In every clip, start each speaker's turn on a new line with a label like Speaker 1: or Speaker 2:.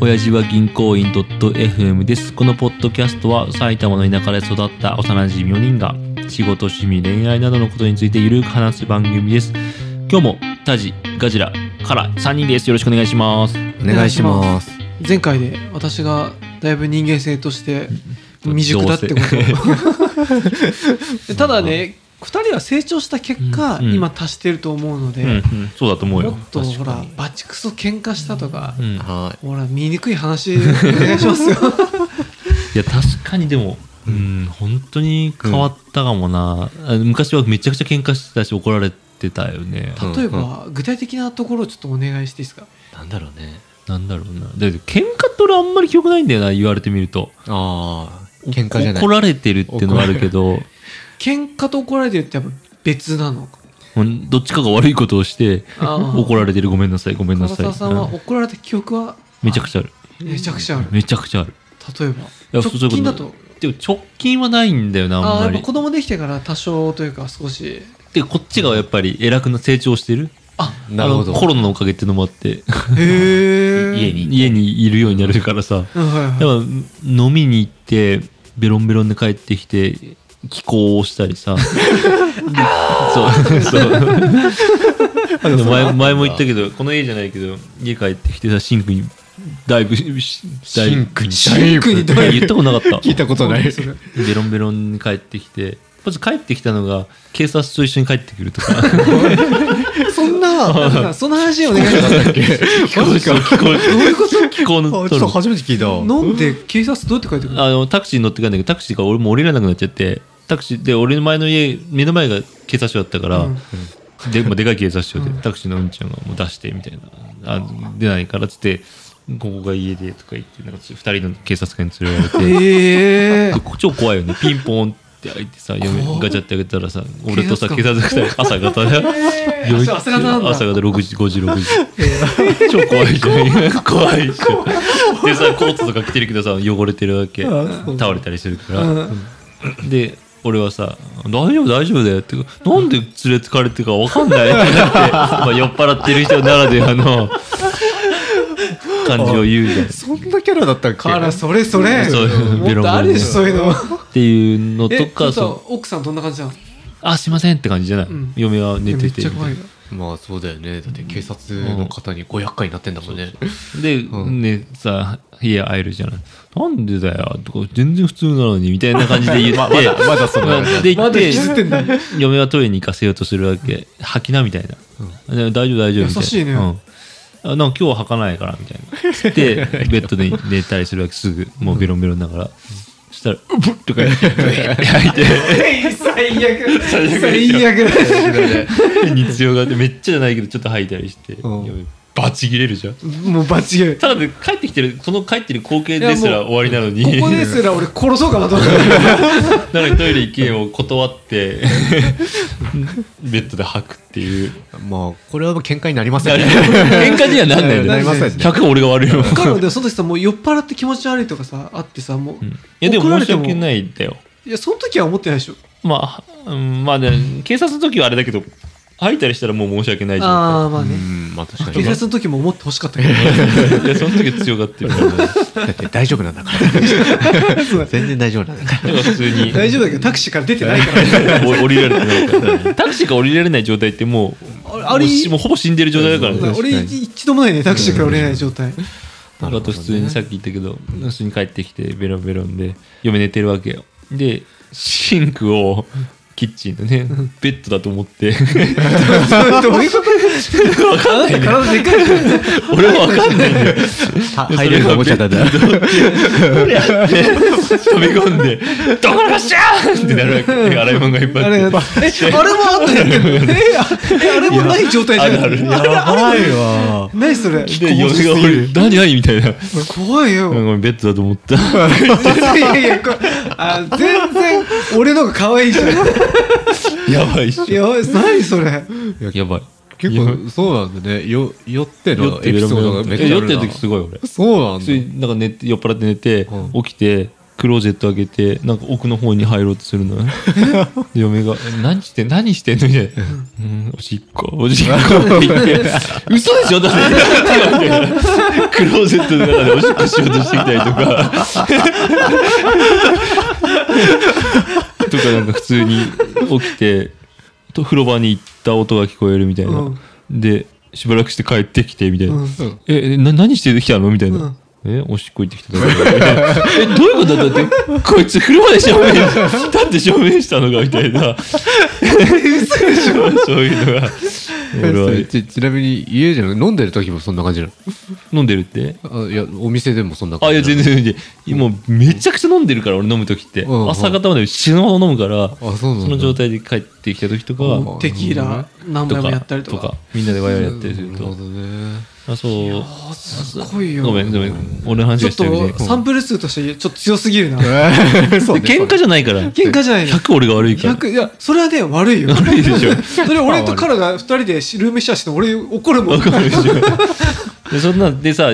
Speaker 1: 親父は銀行員 .fm です。このポッドキャストは埼玉の田舎で育った幼馴染4人が仕事、趣味、恋愛などのことについてゆるく話す番組です。今日もタジ、ガジラから3人です。よろしくお願いします。
Speaker 2: お願いします。
Speaker 3: 前回で私がだいぶ人間性として未熟だってこ
Speaker 1: どう
Speaker 3: と ただね2人は成長した結果、
Speaker 1: うんうん
Speaker 3: 今達してると思うので、
Speaker 1: うんうん、そうだと思うよ。
Speaker 3: もっとほ
Speaker 1: 確
Speaker 3: ら
Speaker 1: かに
Speaker 3: バチクソ喧嘩したとか、
Speaker 1: うん、い
Speaker 2: はい。
Speaker 3: ほら醜い話お願いしますよ
Speaker 1: や確かにでも、うん、本当に変わったかもな、あ昔はめちゃくちゃ喧嘩してたし怒られてたよね、
Speaker 2: うん
Speaker 3: 例えば、具体的なところをちょっとお願いしていいですか
Speaker 2: なんだろうね。
Speaker 1: なんだろうなだって喧嘩って俺あんまり記憶ないんだよな言われてみると
Speaker 2: ああ、喧嘩じゃない。
Speaker 1: 怒られてるっていうのはあるけど
Speaker 3: 喧嘩と怒られてるってやっぱ別なのか
Speaker 1: うんどっちかが悪いことをして
Speaker 3: あー
Speaker 1: 怒られてるごめんなさいごめんな
Speaker 3: 唐
Speaker 1: さい、
Speaker 3: 沢さんは
Speaker 1: うん
Speaker 3: 怒られた記憶は
Speaker 1: めちゃくちゃある
Speaker 3: めちゃくちゃある
Speaker 1: めちゃくちゃある
Speaker 3: 例えば
Speaker 1: そうそう
Speaker 3: 直
Speaker 1: いうこ
Speaker 3: 近だ
Speaker 1: と
Speaker 3: と
Speaker 1: でも直近はないんだよな
Speaker 3: あ
Speaker 1: あん
Speaker 3: あ
Speaker 1: ま
Speaker 3: ーやっ
Speaker 1: り
Speaker 3: ぱ子供できてから多少というか少し
Speaker 1: でこっちがやっぱり偉くな成長してる
Speaker 3: あ
Speaker 2: なるほど。
Speaker 1: あのコロナのおかげってのもあって
Speaker 3: へえ
Speaker 2: 家に
Speaker 1: 家にいるようになるからさ
Speaker 3: うんはい
Speaker 1: や
Speaker 3: は
Speaker 1: っぱ飲みに行ってベロンベロンで帰ってきて気候をしたり さそうそうあの前前も言ったけどこの家じゃないけど家帰ってきてさシンクにだいぶしだいぶ
Speaker 2: に
Speaker 3: シンクにだいぶ
Speaker 1: 言ったことなかった
Speaker 2: 聞いたことない。
Speaker 3: それ
Speaker 1: ベロンベロンに帰ってきてまず帰ってきたのが警察と一緒に帰ってくると か
Speaker 3: いそ んなその話をお願いし ます
Speaker 2: だっけ
Speaker 1: 気候そう気候どういうこと気候の
Speaker 2: あちょ
Speaker 1: 取
Speaker 2: っ
Speaker 1: る
Speaker 2: と初めて聞いたわ。
Speaker 3: 飲んで警察どうやって帰ってくるの
Speaker 1: あのタクシーに乗って帰んだけどタクシーから俺も降りられなくなっちゃってタクシーで俺の前の家目の前が警察署だったから、
Speaker 3: うん
Speaker 1: でまあ、でかい警察署で、
Speaker 3: うん
Speaker 1: タクシーのうんちゃんがもう出してみたいなあ出ないからっつってここが家でとか言ってなんか2人の警察官に連れられて
Speaker 3: ええ
Speaker 1: で超怖いよねピンポンって開いてさ嫁
Speaker 3: 怖っ
Speaker 1: ガチャって開けたらさ俺とさ警
Speaker 3: 警
Speaker 1: 察官朝方だよ
Speaker 3: え
Speaker 1: 夜
Speaker 3: ー
Speaker 1: 一
Speaker 3: 朝方なんだ
Speaker 1: 朝方6時5時6時 超怖いじゃん怖いじゃんでさコートとか着てるけどさ汚れてるわけ倒れたりするから、
Speaker 3: うん
Speaker 1: で俺はさ「大丈夫大丈夫だよ」って「なんで連れてかれてるか分かんない」ってなってまあ酔っ払ってる人ならではの感じを言うじゃん。
Speaker 2: そんなキャラだったっけ
Speaker 3: からそれそれ
Speaker 1: そうベ
Speaker 3: も
Speaker 1: ロ
Speaker 3: っ
Speaker 1: ンベロン
Speaker 3: とあるでしょそういうの
Speaker 1: っていうの
Speaker 3: え
Speaker 1: とか
Speaker 3: ちょっ
Speaker 1: そ
Speaker 3: と奥さんどんな感じなの
Speaker 1: う「あすいません」って感じじゃない、
Speaker 3: うん
Speaker 1: 嫁は寝
Speaker 3: め
Speaker 1: て
Speaker 3: ってちゃ怖い
Speaker 1: みたい
Speaker 2: まあそうだよね。だって警察の方に500回になってんだもんね。
Speaker 1: なで、
Speaker 2: うん
Speaker 1: ねさ家会えるじゃない「なんでだよ」とか「全然普通なのに」みたいな感じで言ってまだまだそので行
Speaker 3: ま
Speaker 1: っ
Speaker 3: だ
Speaker 1: て
Speaker 3: 引きずってんだ
Speaker 1: 嫁はトイレに行かせようとするわけ吐きなみたいな、で大丈夫大丈夫みたいな
Speaker 3: 優しいね
Speaker 1: うんあなんか今日は吐かないからみたいな でベッドで寝たりするわけすぐもうベロンベロンだから、そしたら「うぶっ!」とか言ってブエッて吐いて
Speaker 3: 最悪
Speaker 1: 最悪でしょ
Speaker 3: 最悪
Speaker 1: 日常があってめっちゃじゃないけどちょっと吐いたりして、
Speaker 2: うん
Speaker 1: 嫁バチ切れるじゃん
Speaker 3: もうバチが
Speaker 1: ただで帰ってきてるその帰ってる光景です
Speaker 3: いや
Speaker 1: ら
Speaker 3: もう
Speaker 1: 終わりなのに
Speaker 3: ここですら俺殺そうかなと思った
Speaker 1: なのにトイレ行けを断ってベッドで吐くっていう
Speaker 2: まあ、これは喧嘩になりませんね。
Speaker 1: 喧嘩にはなんないよ
Speaker 2: なり
Speaker 1: ね
Speaker 2: ませんね。
Speaker 1: 100俺が悪いよ
Speaker 3: 彼女でその時さもう酔っ払って気持ち悪いとかさあってさも
Speaker 1: う
Speaker 3: う、
Speaker 1: んいやでも
Speaker 3: 怒ら
Speaker 1: 申
Speaker 3: れ
Speaker 1: して
Speaker 3: も
Speaker 1: 訳ないんだよ。
Speaker 3: いやその時は思ってないでしょ
Speaker 1: まあ、うん、まあね、警察の時はあれだけど、吐いたりしたらもう申し訳ないじゃん。
Speaker 3: ああまあ
Speaker 2: う
Speaker 3: ね、
Speaker 2: ん、まあ確か
Speaker 3: 警
Speaker 2: に。
Speaker 3: 察の時も思ってほし かったけど
Speaker 1: いや、その時は強がってるから、だか
Speaker 2: だって大丈夫なんだ から。全然大丈夫なんだから。
Speaker 1: ら普通に。
Speaker 3: 大丈夫だけどタクシーから出てないか ら
Speaker 1: お降りられてないから。タクシーが降りられない状態ってもう、
Speaker 3: ああれ
Speaker 1: もうしもうほぼ死んでる状態だから
Speaker 2: うん
Speaker 1: ね。
Speaker 3: 俺一度もないねタクシーから降りれない 状態
Speaker 1: あと普通にさっき言ったけど、普通に帰ってきて、ベロンベロンで、嫁寝てるわけよ。で、シンクを、キッチンのね、ベッドだと思って、
Speaker 3: どういうことあなた体でかいから
Speaker 1: 俺もわかんないんだよ。
Speaker 2: は 入れるおもちゃだな。
Speaker 1: こりゃって飛び込んで「どこらかしちゃー!」ってなるわけで洗い物がいっぱい
Speaker 3: あれえ
Speaker 1: あ
Speaker 3: あ
Speaker 1: っ
Speaker 3: れも
Speaker 1: て
Speaker 3: あったやん えあえあれもない状態じゃん
Speaker 1: あるあ
Speaker 2: やばいわ。
Speaker 3: 何それ
Speaker 1: で嫁が降りる「何何?」みたいな「
Speaker 3: 怖いよ、
Speaker 1: ごめんベッドだと思 った」
Speaker 3: いやいやこあ全然俺の方が可愛いじゃん
Speaker 1: やばいっしょ
Speaker 3: いや何それ
Speaker 1: やばい
Speaker 2: 結構そうなんだね。よ、酔ってのエピソードがめっちゃあ
Speaker 1: 酔
Speaker 2: る
Speaker 1: っ
Speaker 2: な
Speaker 1: てる時すごい俺
Speaker 2: そうな
Speaker 1: 普
Speaker 2: んだ
Speaker 1: 通。になんか寝て酔っ払って寝て
Speaker 2: う
Speaker 1: 起きてクローゼット開けてなんか奥の方に入ろうとするの で嫁が「何して何してんの?」みたいな「うんおしっこおしっこ」って言って「 嘘でしょ?」だって手がみたいな クローゼットの中でおしっこしようとしてきたりとか とかなんか普通に起きてと風呂場に行った音が聞こえるみたいな、
Speaker 3: うん
Speaker 1: でしばらくして帰ってきてみたいな、
Speaker 3: うん
Speaker 1: え、えな、何してきたのみたいな。え、おしっこ行ってきただけだよみたいなえ、どういうことだって、こいつ風呂場で証明し、だって証明したのかみたいな。そうそういうのが。俺は
Speaker 2: ちちなみに家じゃない飲んでる時もそんな感じな
Speaker 1: 飲んでるって
Speaker 2: のあいやお店でもそんな
Speaker 1: あ、
Speaker 2: 感
Speaker 1: い
Speaker 2: じ
Speaker 1: や、全然全然。今、めちゃくちゃ飲んでるから、俺飲む時って
Speaker 2: うんう。ん
Speaker 1: 朝方まで死ぬほど飲むから、
Speaker 2: あそうなんだ
Speaker 1: その状態で帰ってきた時とか
Speaker 3: う、んテキーラ何
Speaker 1: と
Speaker 3: 杯もや
Speaker 1: か
Speaker 3: ったり、と
Speaker 1: と
Speaker 3: か
Speaker 1: か。みんなでワイワイやったりする
Speaker 2: なるほ
Speaker 1: と。
Speaker 2: どね
Speaker 1: あ、そう。
Speaker 3: あすごいよ。
Speaker 1: ごめん、ごめん。俺の話
Speaker 3: ちょ
Speaker 1: が
Speaker 3: っ
Speaker 1: してるね
Speaker 3: と。サンプル数としてちょっと強すぎるな。
Speaker 1: で喧嘩じゃないから。
Speaker 3: 喧嘩じゃないの。
Speaker 1: 100俺が悪いから。
Speaker 3: 100いや、それはね、悪いよ。
Speaker 1: 悪いでしょ。
Speaker 3: それ俺とカラが二人でルームシェアしても俺怒るも
Speaker 1: わ。
Speaker 3: ん
Speaker 1: かるでしょ でそんなんでさ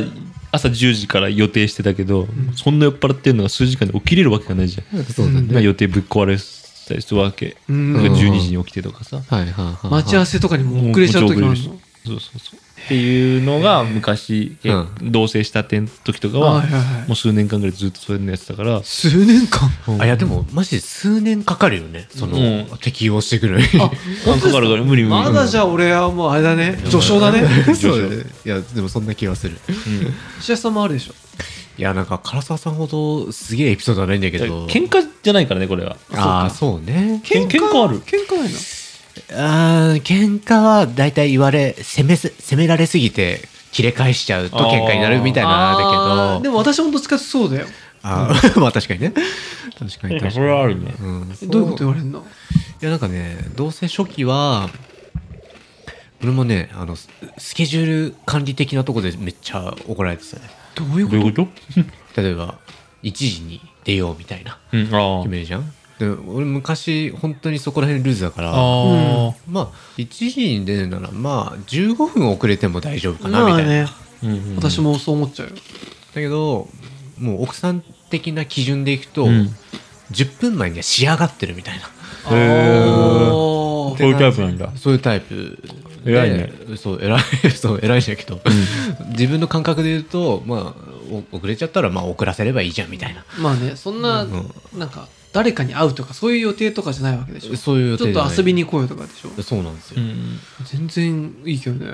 Speaker 1: 朝10時から予定してたけど、そんな酔っ払ってるのが数時間で起きれるわけがないじゃん、
Speaker 2: そうだ
Speaker 1: な予定ぶっ壊れたりするわけ、
Speaker 3: うん
Speaker 1: だから12時に起きてとかさ、
Speaker 2: はいはいはい
Speaker 3: 待ち合わせとかにも遅れちゃう時もあるの。
Speaker 1: そうそうそうっていうのが昔、
Speaker 2: うん
Speaker 1: 同棲したてん時とか
Speaker 3: は
Speaker 1: は、
Speaker 3: いはいはい
Speaker 1: もう数年間ぐらいずっとそういうのやってたから
Speaker 3: 数年間。
Speaker 2: あいやでもマジで数年かかるよねその、
Speaker 1: うん
Speaker 2: 適応してくる
Speaker 3: あ、
Speaker 1: あかかるから無理無理
Speaker 3: まだじゃあ俺はもうあれだね。序章だね。
Speaker 2: そうだねいやでもそんな気がする
Speaker 3: 石橋さんもあるでしょ。
Speaker 2: いやなんか唐沢さんほどすげえエピソードはないんだけ
Speaker 1: だか
Speaker 2: ど
Speaker 1: ら喧嘩じゃないからねこれは
Speaker 2: ああそうね
Speaker 1: 喧嘩ある
Speaker 3: 喧嘩ないの
Speaker 2: あー喧嘩は大体言われ攻めす攻められすぎて切れ返しちゃうと喧嘩になるみたいなん
Speaker 3: あ
Speaker 2: だ
Speaker 3: ー
Speaker 2: け
Speaker 3: で
Speaker 2: ど
Speaker 3: も私ほんと使ってそうだよ。
Speaker 2: あー まあ確かにね確かに確かに
Speaker 1: それはあるね
Speaker 2: うんそ
Speaker 3: どういうこと言われるの
Speaker 2: いやなんかね同棲初期は俺もねあのススケジュール管理的なとこでめっちゃ怒られてたね
Speaker 3: どういう
Speaker 1: どう
Speaker 3: こ
Speaker 1: い
Speaker 3: と
Speaker 1: うこと
Speaker 2: 例えば1時に出ようみたいな
Speaker 1: うんあ
Speaker 2: 決めるじゃんで俺昔本当にそこら辺ルーズだから
Speaker 1: ああ
Speaker 2: まあ1時に出るならまあ15分遅れても大丈夫かなみ
Speaker 3: まあ
Speaker 2: たいな、
Speaker 3: ね、
Speaker 1: ー、うんうん
Speaker 3: 私もそう思っちゃうよ。
Speaker 2: だけどもう奥さん的な基準でいくと、
Speaker 1: うん
Speaker 2: 10分前には仕上がってるみたいな
Speaker 1: へー
Speaker 3: あ
Speaker 1: そ
Speaker 3: ー
Speaker 1: ういうタイプなんだ
Speaker 2: そういうタイプで
Speaker 1: 偉いね
Speaker 2: そう偉い そう偉いんだけど、自分の感覚で言うとまあお遅れちゃったらまあ遅らせればいいじゃんみたいな
Speaker 3: まあね、そんな、なんか、誰かに会うとか、そういう予定とかじゃないわけでしょ。
Speaker 2: そういう予定
Speaker 3: ちょっ
Speaker 2: じゃな
Speaker 3: と
Speaker 2: い
Speaker 3: 遊びに行こうよとかでしょ。
Speaker 2: そうなんです
Speaker 1: う
Speaker 2: よ、
Speaker 1: ん
Speaker 3: 全然いいけどね。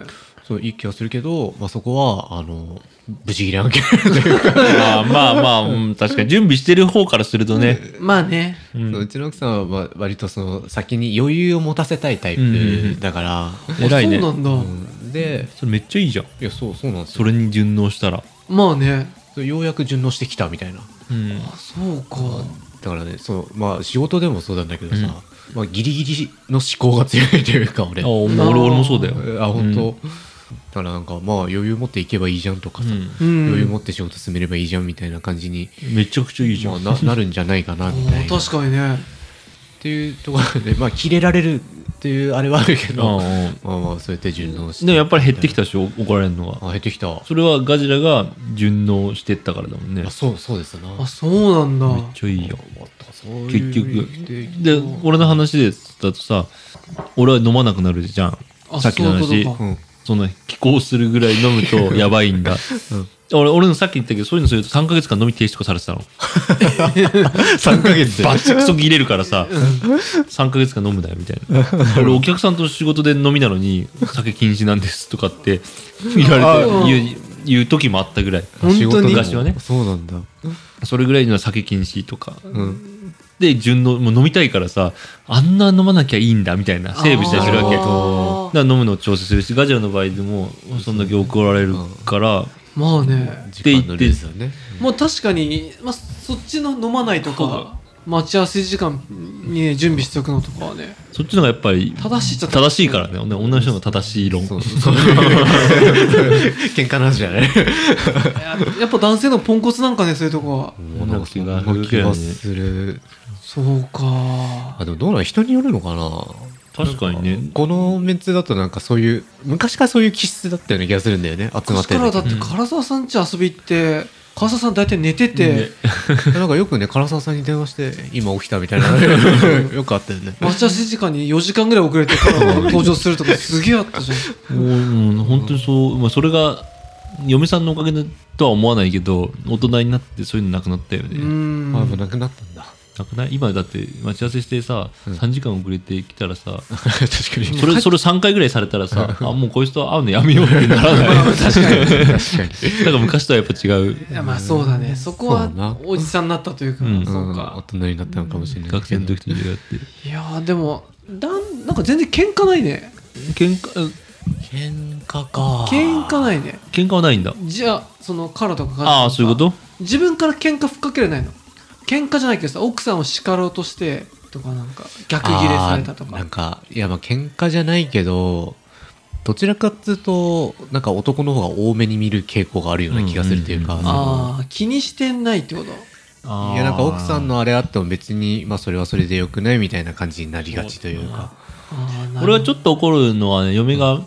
Speaker 2: そういい気がするけど、まあ、そこはあの無事切れ案件というか
Speaker 1: まあまあまあ、うん確かに準備してる方からするとね。
Speaker 3: まあね。
Speaker 1: うん
Speaker 2: うちの奥さんは割とその先に余裕を持たせたいタイプだから、
Speaker 1: 偉いね。
Speaker 3: そうなんだ。
Speaker 2: うんで
Speaker 1: それめっちゃいいじゃん。
Speaker 2: いやそうそうなんです
Speaker 1: そ
Speaker 2: よ
Speaker 1: れに順応したら。
Speaker 3: まあね。
Speaker 2: それようやく順応してきたみたいな
Speaker 1: うん
Speaker 3: あ、そうか。
Speaker 2: だからねそうまあ仕事でもそうなんだけどさ、まあ、ギリギリの思考が強いというか俺
Speaker 1: あお俺俺もそうだよ。
Speaker 2: あ本当、だからなんかまあ余裕持っていけばいいじゃんとかさ、
Speaker 1: うん
Speaker 3: うん
Speaker 2: 余裕持って仕事進めればいいじゃんみたいな感じに、
Speaker 1: めちゃくちゃいいじゃ
Speaker 2: まあ、
Speaker 1: ん。
Speaker 2: ななるんじゃないかなみたい
Speaker 3: お
Speaker 2: な
Speaker 3: ー
Speaker 2: っ
Speaker 3: 確かにね。
Speaker 2: ていうところでまあ切れられるっていうあれはある けど、
Speaker 1: うんうん
Speaker 2: まあまあそうやって順応して
Speaker 1: でもやっぱり減ってきたでしょ、怒られるのは。
Speaker 2: あ減ってきた
Speaker 1: それはガジラが順応してったからだもんね。め
Speaker 2: あ
Speaker 1: っ
Speaker 2: そうそうですな
Speaker 3: あ、そうなんだ。
Speaker 1: ちゃいいよ。
Speaker 2: そういう
Speaker 1: 結局
Speaker 2: 生きてき。
Speaker 1: で、俺の話でだとさ、俺は飲まなくなるじゃん。
Speaker 3: あ
Speaker 1: さっきの
Speaker 3: そうい
Speaker 1: 話
Speaker 3: うこと。か
Speaker 2: うん
Speaker 1: その気候するぐらい飲むとやばいんだ、俺俺のさっき言ったけどそういうのすると3か月間飲み停止とかされてたの
Speaker 2: 3ヶ月で
Speaker 1: バチクソ切れるからさ3か月間飲むだよみたいな俺お客さんと仕事で飲みなのに酒禁止なんですとかって言われて
Speaker 3: あ
Speaker 1: 言う言う時もあったぐらい
Speaker 3: 本当に
Speaker 2: 仕事でも
Speaker 1: 昔はね
Speaker 2: そうなんだ
Speaker 1: それぐらいの酒禁止とか
Speaker 2: うん
Speaker 1: で順応もう飲みたいからさあんな飲まなきゃいいんだみたいなセーブしたりするわけ
Speaker 3: あー
Speaker 1: だから飲むのを調整するしガジラの場合でもそんだけ怒られるから、
Speaker 3: まあね。
Speaker 2: 時間のレースだね
Speaker 3: もう確かに、まあ、そっちの飲まないと
Speaker 1: そうだ
Speaker 3: か、待ち合わせ時間にね、準備しておくのとかはね、
Speaker 1: そっちの方がやっぱり
Speaker 3: 正しいっちゃ
Speaker 1: 正しいからね。女の人の正しい論。
Speaker 2: そう そう喧嘩の話じ ゃない
Speaker 3: ら。やっぱ男性のポンコツなんかね、そういうとこは。
Speaker 1: うなんかそんな気
Speaker 2: 気
Speaker 1: が
Speaker 2: が
Speaker 1: す
Speaker 2: する
Speaker 3: そうか。
Speaker 2: あでもどうなん人によるのかな
Speaker 1: 確かにね。
Speaker 2: このメンツだとなんかそういう昔からそういう気質だったような気がするんだよね集まっ
Speaker 3: 昔
Speaker 2: て
Speaker 3: か
Speaker 2: る
Speaker 3: らだ
Speaker 2: 時
Speaker 3: って、唐沢さんち遊び行って、川沢さん大体寝て
Speaker 1: ね
Speaker 3: て、
Speaker 2: なんかよくね唐沢さんに電話して今起きたみた いなよくあったよね
Speaker 3: 待ち合わせ時間に4時間ぐらい遅れてから登場するとかすげえあったじゃん。
Speaker 1: もう、うん、本当にそう、まあ、それが嫁さんのおかげだとは思わないけど大人になってそういうのなくなったよね、
Speaker 3: うーん
Speaker 2: あなくなったんだ
Speaker 1: なくない今だって待ち合わせしてさ、
Speaker 2: うん
Speaker 1: 3時間遅れてきたらさ
Speaker 2: 確かに
Speaker 1: それそれ3回ぐらいされたらさあもうこいつと会うのやめようってなら ない
Speaker 3: まあ確かに
Speaker 2: 確かに
Speaker 1: なんか昔とはやっぱ違う
Speaker 3: いやまあそうだねそこは
Speaker 2: そうだな
Speaker 3: おじさんになったというか、
Speaker 1: うん
Speaker 3: そう
Speaker 2: うん大
Speaker 3: か、
Speaker 2: 人になったのかもしれない
Speaker 1: 学生の時と違って
Speaker 3: いやーでもだんなんか全然喧嘩ないね
Speaker 1: 喧嘩
Speaker 2: 喧嘩か
Speaker 3: 喧嘩ないね
Speaker 1: 喧嘩はないんだ
Speaker 3: じゃあそのカラとかカラとか
Speaker 1: ああそういうこと
Speaker 3: 自分から喧嘩ふっかけれないの喧嘩じゃないけどさ奥さんを叱ろうとしてとかなんか逆ギレされたと
Speaker 2: あー
Speaker 3: か
Speaker 2: なんかいやまあ喧嘩じゃないけどどちらかっつうとなんか男の方が多めに見る傾向があるような気がするというか、
Speaker 1: うんうんうん
Speaker 3: ああ気にしてないってこと
Speaker 2: そ
Speaker 1: あ
Speaker 2: の
Speaker 1: ー
Speaker 2: いやなんか奥さんのあれあっても別に、まあ、それはそれでよくないみたいな感じになりがちというか
Speaker 3: あーなるほど
Speaker 1: 俺はちょっと怒るのはね嫁が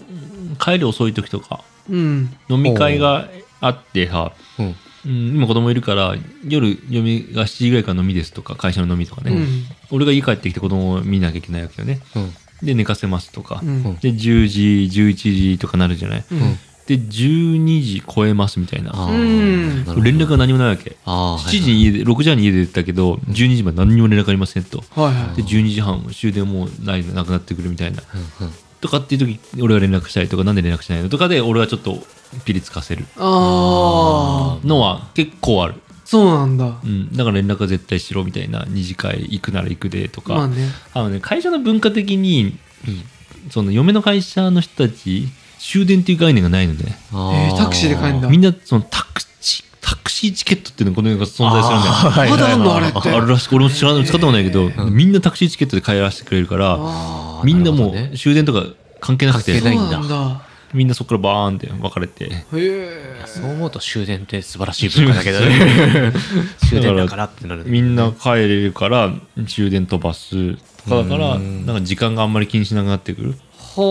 Speaker 1: 帰り遅い時とか
Speaker 3: うん
Speaker 1: 飲み会があってさ
Speaker 2: うん
Speaker 1: うん、今子供いるから夜嫁が7時ぐらいから飲みですとか会社の飲みとかね、
Speaker 3: うん
Speaker 1: 俺が家帰ってきて子供を見なきゃいけないわけよね
Speaker 2: うん
Speaker 1: で寝かせますとか、
Speaker 3: うん
Speaker 1: で10時11時とかなるじゃない、
Speaker 3: う
Speaker 2: うん
Speaker 3: ん
Speaker 1: で12時超えますみたいな
Speaker 2: あー
Speaker 3: うん
Speaker 2: なるほど
Speaker 1: 連絡が何もないわけ
Speaker 2: あー
Speaker 1: 7時に家で6時半に家出てたけど12時まで何にも連絡ありませんと
Speaker 3: はいは
Speaker 1: で12時半終電もうないなくなってくるみたいな
Speaker 2: はいはいうんうん
Speaker 1: とかっていう時俺が連絡したりとかなんで連絡しないのとかで俺はちょっとピリつかせる
Speaker 3: いああ
Speaker 1: のは結構ある
Speaker 3: そうなんだ
Speaker 1: うん、だから連絡は絶対しろみたいな二次会行くなら行くでとか、
Speaker 3: まあね
Speaker 1: あのね会社の文化的にその嫁の会社の人たち終電っていう概念がないので
Speaker 2: あ
Speaker 3: えータクシーで帰んだ
Speaker 1: みんなそのタクシータクシーチケットっていうのがこの世が存在するんだよ
Speaker 2: あーはい
Speaker 3: まだあんの
Speaker 2: は
Speaker 3: あ
Speaker 2: い
Speaker 3: れ
Speaker 2: は
Speaker 3: っ
Speaker 2: い
Speaker 3: て
Speaker 1: あるらしく俺も知らない使ったことないけど、
Speaker 2: うん
Speaker 1: みんなタクシーチケットで帰らせてくれるから
Speaker 3: あ
Speaker 1: みんなも
Speaker 2: なるほど
Speaker 1: う
Speaker 2: ね
Speaker 1: 終電とか関係なくて
Speaker 2: 関
Speaker 3: ー
Speaker 2: 係ないんだ
Speaker 3: そうなんだ
Speaker 1: みんなそこからバーンって分かれて
Speaker 3: へえ
Speaker 2: そう思うと終電って素晴らしい文化だけどね 終電だからってなる
Speaker 1: みんな帰れるから終電飛ばすとかだから
Speaker 2: うん
Speaker 1: なんか時間があんまり気にしなくなってくる。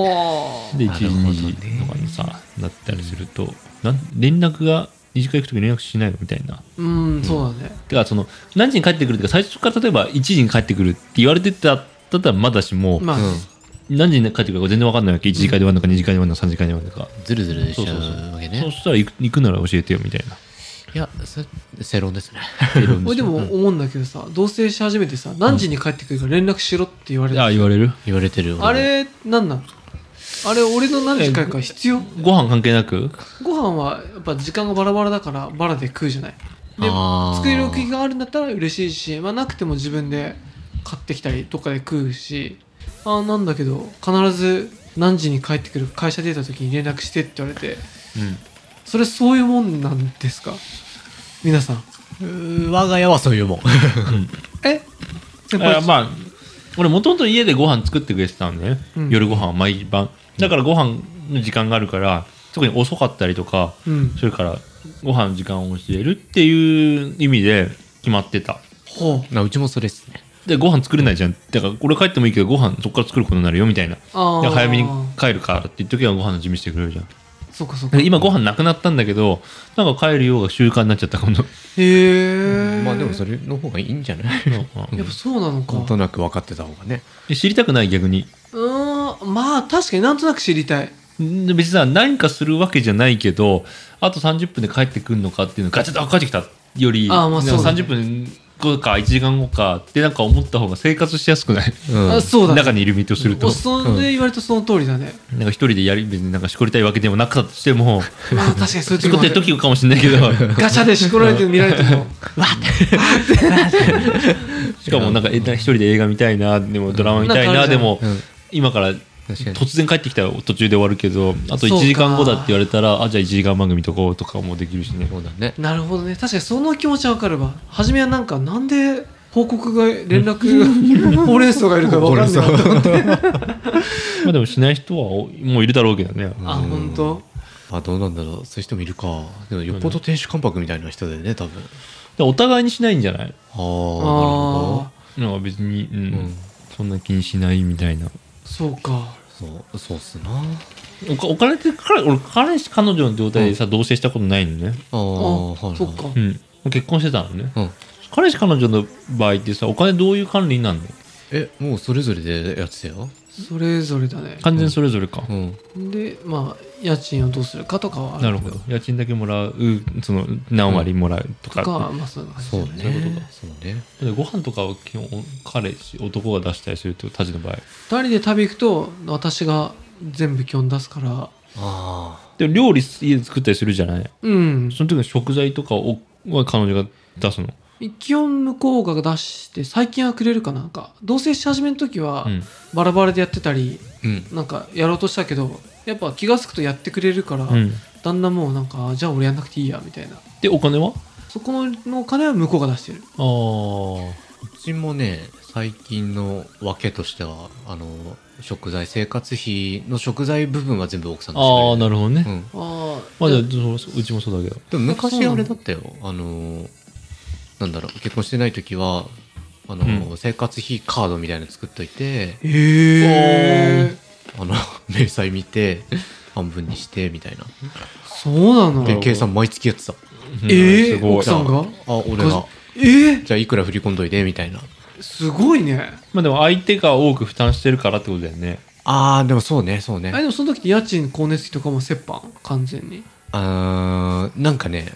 Speaker 3: はあ
Speaker 1: で1
Speaker 2: な
Speaker 1: 時
Speaker 2: るほどね
Speaker 1: 2時とかにさなったりすると、なん連絡が二次会行く時連絡しないのみたいな
Speaker 3: うんそうだね
Speaker 1: てかその何時に帰ってくるってか最初から例えば1時に帰ってくるって言われてただったらまだしも、
Speaker 3: まあ
Speaker 2: うん
Speaker 1: 何時に帰ってくるか全然分かんないわけ1次会で終わるのか2次会で終わるのか3次会で終わるのか、
Speaker 2: ずるずる
Speaker 1: そ
Speaker 2: し
Speaker 1: う
Speaker 2: ちゃ
Speaker 1: そうそう
Speaker 2: うわけ
Speaker 1: そう
Speaker 2: ね
Speaker 1: したら行く行くなら教えてよみたいな
Speaker 2: いやそ正論ですね
Speaker 3: 俺でも思うんだけどさ同棲し始めてさ何時に帰ってくるか連絡しろって言われ
Speaker 1: あ
Speaker 3: た、
Speaker 1: あ言われる
Speaker 2: 言われてる
Speaker 3: あれなんなんあれ俺の何時間か必要
Speaker 1: ご飯関係なく
Speaker 3: ご飯はやっぱ時間がバラバラだからバラで食うじゃないで
Speaker 2: あー
Speaker 3: 作れる気があるんだったら嬉しいし、まあ、なくても自分で買ってきたりどっかで食うしあーなんだけど必ず何時に帰ってくる会社出た時に連絡してって言われてそれそういうもんなんですか皆さん
Speaker 2: 我が家はそういうもん
Speaker 3: え
Speaker 1: う
Speaker 3: 先
Speaker 1: んあ
Speaker 3: 輩
Speaker 1: まあ俺もともと家でご飯作ってくれてたんだよね、
Speaker 3: うん
Speaker 1: 夜ご飯は毎晩だからご飯の時間があるから特に遅かったりとか
Speaker 3: うん
Speaker 1: それからご飯の時間を教えるっていう意味で決まってた。
Speaker 3: ほう
Speaker 2: なうちもそれっすね
Speaker 1: でご飯作れないじゃんだから俺帰ってもいいけどご飯そこから作ることになるよみたいな
Speaker 3: あ
Speaker 1: で
Speaker 3: ー
Speaker 1: 早めに帰るからって言っときはご飯の準備してくれるじゃん
Speaker 3: そうかそうか
Speaker 1: で今ご飯なくなったんだけどなんか帰るようが習慣になっちゃった今 度
Speaker 3: へえ
Speaker 2: まあでもそれの方がいいんじゃない
Speaker 1: うん
Speaker 3: やっぱそうなのか
Speaker 2: なんとなく分かってた方がね
Speaker 1: え知りたくない逆に
Speaker 3: うーんまあ確かになんとなく知りたい
Speaker 1: んで別にさ何かするわけじゃないけどあと30分で帰ってくるのかっていうのガチャッとあ帰ってきたより
Speaker 3: あーまあそうだね
Speaker 1: 30分後か1時間後かってなんか思った方が生活しやすくない、
Speaker 2: うん
Speaker 3: あそうだね
Speaker 1: 中にいる身とすると
Speaker 3: おそれ言われるとその通りだね、
Speaker 1: なんか一人でやり別になんかしこりたいわけでもなかったとしても
Speaker 3: まあ確かにそういう
Speaker 1: しこって
Speaker 3: 時
Speaker 1: る
Speaker 3: も
Speaker 1: 時かもしれない けど
Speaker 3: ガチャでしこられてるの見られても
Speaker 1: しかもなんかえなんか一人で映画見たいなでもドラマ見たい
Speaker 3: なんかあ
Speaker 1: な
Speaker 3: るじ
Speaker 1: で
Speaker 3: ゃん
Speaker 1: も
Speaker 2: うん
Speaker 1: 今から
Speaker 2: 確かに
Speaker 1: 突然帰ってきたら途中で終わるけどあと
Speaker 3: そう
Speaker 1: 1
Speaker 3: か
Speaker 1: 時間後だって言われたらあじゃあ1時間番組とこうとかもできるしね
Speaker 2: そうだね
Speaker 3: なるほどね確かにその気持ちはわかるわ初めはなんかなんで報告が連絡がほうれん草がいるからわかんないなと思って
Speaker 1: まあでもしない人はおもういるだろうけどね
Speaker 3: あ本当
Speaker 2: まあどうなんだろうそういう人もいるかでもよっぽど亭主関白みたいな人だよね多分
Speaker 1: でお互いにしないんじゃない
Speaker 2: ああなる
Speaker 3: ああ
Speaker 2: ほ
Speaker 1: なんか別に、うん
Speaker 2: うん
Speaker 1: そんな気にしないみたいな
Speaker 3: そうか
Speaker 2: どそうそうっすな
Speaker 1: おかお金って彼俺彼氏彼女の状態でさ、同棲したことないのね、
Speaker 2: あ
Speaker 3: あ
Speaker 2: あはいはい
Speaker 3: そっか
Speaker 1: うん、結婚してたのね
Speaker 2: うん
Speaker 1: 彼氏彼女の場合ってさお金どういう管理になるの
Speaker 2: えもうそれぞれでやってたよ
Speaker 3: それぞれだね
Speaker 1: 完全にそれぞれか
Speaker 2: う、ん
Speaker 3: でまあ家賃をどうするかとかはあ
Speaker 1: な
Speaker 3: る
Speaker 1: るほど家賃だけもらうその何割もらうと
Speaker 3: と
Speaker 1: か、
Speaker 3: かはまあそういう感じ
Speaker 2: そうね
Speaker 1: そういうことか
Speaker 2: そうね
Speaker 1: でご飯とかは基本彼氏男が出したりするってたちの場合
Speaker 3: 2人で旅行くと私が全部基本出すから
Speaker 2: あ
Speaker 1: で料理家で作ったりするじゃない
Speaker 3: うん
Speaker 1: その時の食材とかをは彼女が出すの、
Speaker 3: 基本向こうが出して最近はくれるかなんか同棲し始めの時は
Speaker 1: うん、
Speaker 3: バラバラでやってたり、
Speaker 2: あうん
Speaker 3: なんかやろうとしたけどやっぱ気が付くとやってくれるから、
Speaker 1: うん、
Speaker 3: だんだんもうなんかじゃあ俺やんなくていいやみたいな
Speaker 1: でお金は
Speaker 3: そこのお金は向こうが出してる
Speaker 1: あー
Speaker 2: うちもね最近の分けとしてはあの食材生活費の食材部分は全部奥さんがしてくれ
Speaker 1: あーなるほどね、
Speaker 2: うん、
Speaker 3: ああ
Speaker 1: まあじゃあそううちもそうだけど
Speaker 2: でも昔
Speaker 3: あそうな
Speaker 2: あ
Speaker 3: んだ
Speaker 2: れだったよあのなんだろう結婚してない時はあの、
Speaker 1: う
Speaker 2: 生活費カードみたいなの作っといて
Speaker 3: ええ
Speaker 2: あの 明細見て半分にしてみたいな
Speaker 3: そうなの
Speaker 2: で計算毎月やってた
Speaker 3: ええ
Speaker 1: うんすごい
Speaker 3: 奥さんが
Speaker 2: あ俺が
Speaker 3: ええ
Speaker 2: じゃあいくら振り込んどいてみたいな
Speaker 3: すごいね
Speaker 1: まあでも相手が多く負担してるからってことだよね
Speaker 2: あーでもそうねそう
Speaker 3: あ
Speaker 2: ね
Speaker 3: でもその時って家賃光熱費とかも折半完全に
Speaker 2: あーなんかね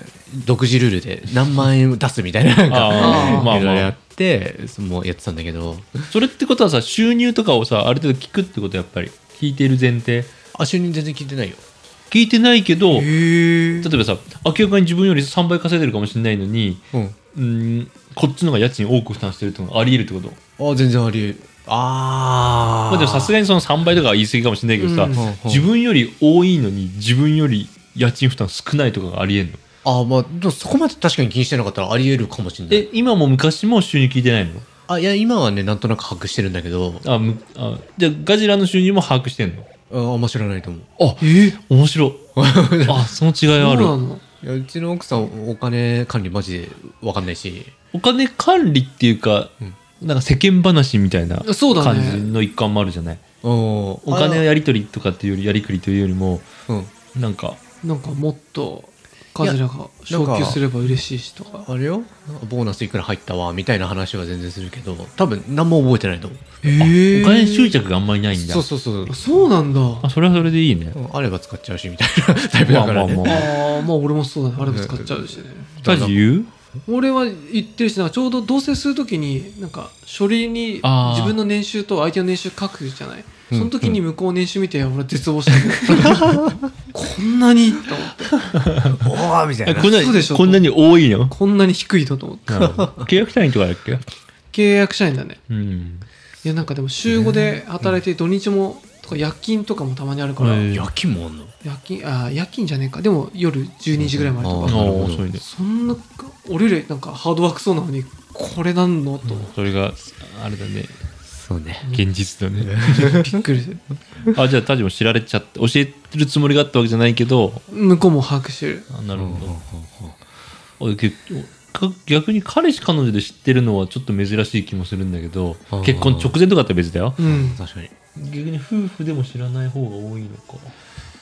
Speaker 2: 独自ルールで何万円出すみたいななんか
Speaker 1: あ
Speaker 3: あ
Speaker 1: あまあ
Speaker 2: いろいろや
Speaker 1: ま
Speaker 2: ってそもうやってたんだけど
Speaker 1: あそれってことはさ収入とかをさある程度聞くってことやっぱり聞いてる前提
Speaker 2: あ収入全然聞いてないよ
Speaker 1: 聞いてないけど、
Speaker 3: ええ
Speaker 1: 例えばさ明らかに自分より3倍稼いでるかもしれないのに
Speaker 2: うん
Speaker 1: うんこっちの方が家賃多く負担してるってのがあり得るってこと
Speaker 2: あ全然あり得るあー
Speaker 1: まあでもさすがにその3倍とかは言い過ぎかもしれないけどさ、
Speaker 3: うん
Speaker 2: うんうん
Speaker 1: 自分より多いのに自分より家賃負担少ないとかがあり得るの
Speaker 2: あまあでもそこまで確かに気にしてなかったらあり得るかもしれない
Speaker 1: え今も昔も収入聞いてないの
Speaker 2: あいや今はねなんとなく把握してるんだけど
Speaker 1: あむあじゃあガジラの収入も把握してんの
Speaker 2: ああんま知らないと思う
Speaker 1: あ
Speaker 3: え
Speaker 1: 面白いあその違い
Speaker 3: そう
Speaker 1: あ
Speaker 3: な
Speaker 1: る
Speaker 3: の
Speaker 2: いやうちの奥さんお金管理マジで分かんないし
Speaker 1: お金管理っていうか、なんか世間話みたいな
Speaker 3: そうだ
Speaker 1: 感じ
Speaker 3: ね
Speaker 1: の一環もあるじゃない、
Speaker 2: お
Speaker 1: お金のやり取りとかっていうよりやりくりというよりも
Speaker 2: うん
Speaker 1: なんか
Speaker 3: なんかもっとカズラが
Speaker 2: やなんか
Speaker 3: 昇給すれば嬉しいしとか
Speaker 2: あれよボーナスいくら入ったわみたいな話は全然するけど多分何も覚えてないと思う
Speaker 3: え
Speaker 1: あ
Speaker 3: え
Speaker 1: お金に執着があんまりないんだ
Speaker 2: そうそうそう
Speaker 3: あそうなんだ
Speaker 1: あそれはそれでいいね
Speaker 2: うんあれば使っちゃうしみたいな タイプだからね、
Speaker 1: まあまあ ま
Speaker 3: ああまあ俺もそうだねあれも使っちゃうしね
Speaker 1: タジ言う
Speaker 3: 俺は言ってるしなんかちょうど同棲するときになんか書類に
Speaker 1: あー
Speaker 3: 自分の年収と相手の年収書くじゃない
Speaker 2: うん
Speaker 3: その時に向こう年収見て俺は絶望したねこんなにと思って
Speaker 2: おおみたい
Speaker 1: え
Speaker 2: な
Speaker 1: こんな
Speaker 3: そうでしょ
Speaker 1: こんなに多い の
Speaker 3: こんなに低いとと思って
Speaker 1: なるほど契約社員とかだっけ
Speaker 3: 契約社員だね
Speaker 1: うん
Speaker 3: いやなんかでも週5で働いて土日もとか夜勤とかもたまにあるから、
Speaker 1: へー
Speaker 2: 焼きもあんの
Speaker 3: 夜勤あー夜勤じゃねえかでも夜12時ぐらいまでと
Speaker 1: あ
Speaker 2: な
Speaker 1: あ
Speaker 2: る
Speaker 3: か
Speaker 2: ほど
Speaker 1: そういうね
Speaker 3: そんな俺らなんかハードワークそうなのにこれなんのと、
Speaker 1: それがあれだね
Speaker 2: そうね
Speaker 1: 現実だね
Speaker 3: びっくりする
Speaker 1: あじゃあタジも知られちゃって教えてるつもりがあったわけじゃないけど
Speaker 3: 向こうも把握してる
Speaker 1: あなる
Speaker 2: うんうんうん
Speaker 1: ほ
Speaker 2: う
Speaker 1: どあ
Speaker 2: ん
Speaker 1: けか逆に彼氏彼女で知ってるのはちょっと珍しい気もするんだけど
Speaker 2: あー
Speaker 1: 結婚直前とかだったら別だよ
Speaker 3: うん
Speaker 2: 確かに
Speaker 1: 逆に夫婦でも知らない方が多いのか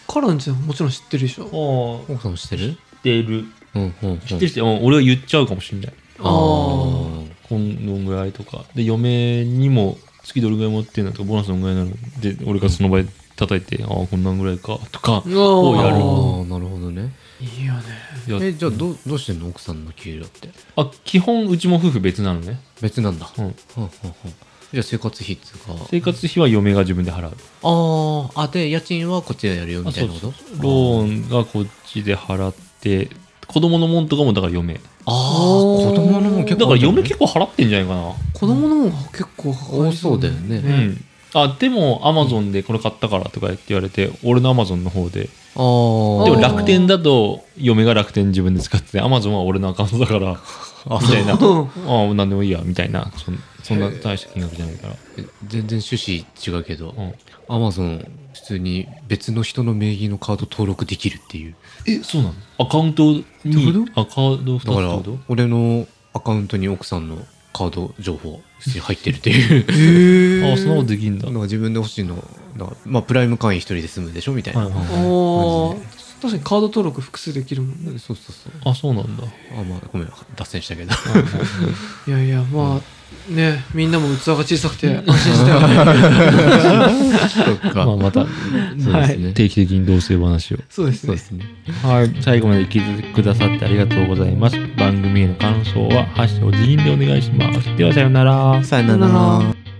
Speaker 3: カランちゃんもちろん知ってるでしょ
Speaker 1: ああ
Speaker 2: 奥さんも知って
Speaker 1: 知
Speaker 2: る
Speaker 1: ってる
Speaker 2: うんうんうん
Speaker 1: 知ってる人、うん俺は言っちゃうかもしれない
Speaker 3: あ
Speaker 2: あー
Speaker 1: このぐらいとかで嫁にも月どれぐらい持ってんだとかボーナスどのぐらいなので俺がその場で叩いて、ああこんなんぐらいかとか
Speaker 3: うわ
Speaker 1: をや
Speaker 2: あ
Speaker 1: る
Speaker 2: ーなるほどね
Speaker 3: いいよね
Speaker 1: や
Speaker 2: えじゃあどうどうしてんの奥さんの給料って
Speaker 1: あ基本うちも夫婦別なのね、
Speaker 2: 別なんだ、
Speaker 1: うん、
Speaker 2: ほんほんほんじゃあ生活費っていうか
Speaker 1: 生活費は嫁が自分で払う
Speaker 2: あーあで家賃はこっちでやるよみたいなこと
Speaker 1: ローンがこっちで払って子供のもんとかもだから嫁
Speaker 2: あ
Speaker 3: あ
Speaker 2: ー
Speaker 3: ー
Speaker 2: 子供のも結
Speaker 1: だ
Speaker 2: 構
Speaker 1: から嫁結
Speaker 2: 結
Speaker 1: 構払ってんじゃないかな
Speaker 3: 子供の方が結構かか
Speaker 2: 構
Speaker 3: り
Speaker 2: そうだよね、
Speaker 1: う
Speaker 3: うんん
Speaker 1: あでもアマゾンでこれ買ったからとかって言われて俺のアマゾンの方で
Speaker 2: あー
Speaker 1: でも
Speaker 3: あー
Speaker 1: 楽天だと嫁が楽天自分で使っててアマゾンは俺のアカウントだからみたい な
Speaker 3: うん
Speaker 1: ああ何でもいいやみたいなそんそんな大した金額じゃないから、
Speaker 2: 全然趣旨違うけど、
Speaker 1: うん、
Speaker 2: アマゾン普通に別の人の名義のカード登録できるっていう
Speaker 1: えそうなのアカウントに
Speaker 3: どういう
Speaker 1: あカード2つって
Speaker 2: だから
Speaker 1: こと
Speaker 2: 俺のアカウントに奥さんのカード情報入ってるっていう
Speaker 3: へー
Speaker 1: あそんなことできんだ、
Speaker 2: なんか自分で欲しいのなんかまあプライム会員一人で住むでしょみたいな、
Speaker 1: はいはいは
Speaker 3: あ
Speaker 2: マジで
Speaker 3: あ確かにカード登録複数できるもんね
Speaker 2: そうそうそう
Speaker 1: いあそうなんだ
Speaker 2: あまあごめん脱線したけど
Speaker 3: いやいやまあねみんなも器が小さくて安心したよね
Speaker 2: そっか
Speaker 1: まあまた
Speaker 2: そうですね、
Speaker 1: 定期的に同性話を
Speaker 3: そうです
Speaker 2: そう
Speaker 3: ね
Speaker 2: ですね
Speaker 1: はい、最後まで聞いてくださってありがとうございます。番組への感想は、ハッシュお辞儀でお願いします。では、さようなら。
Speaker 2: さよ
Speaker 3: なら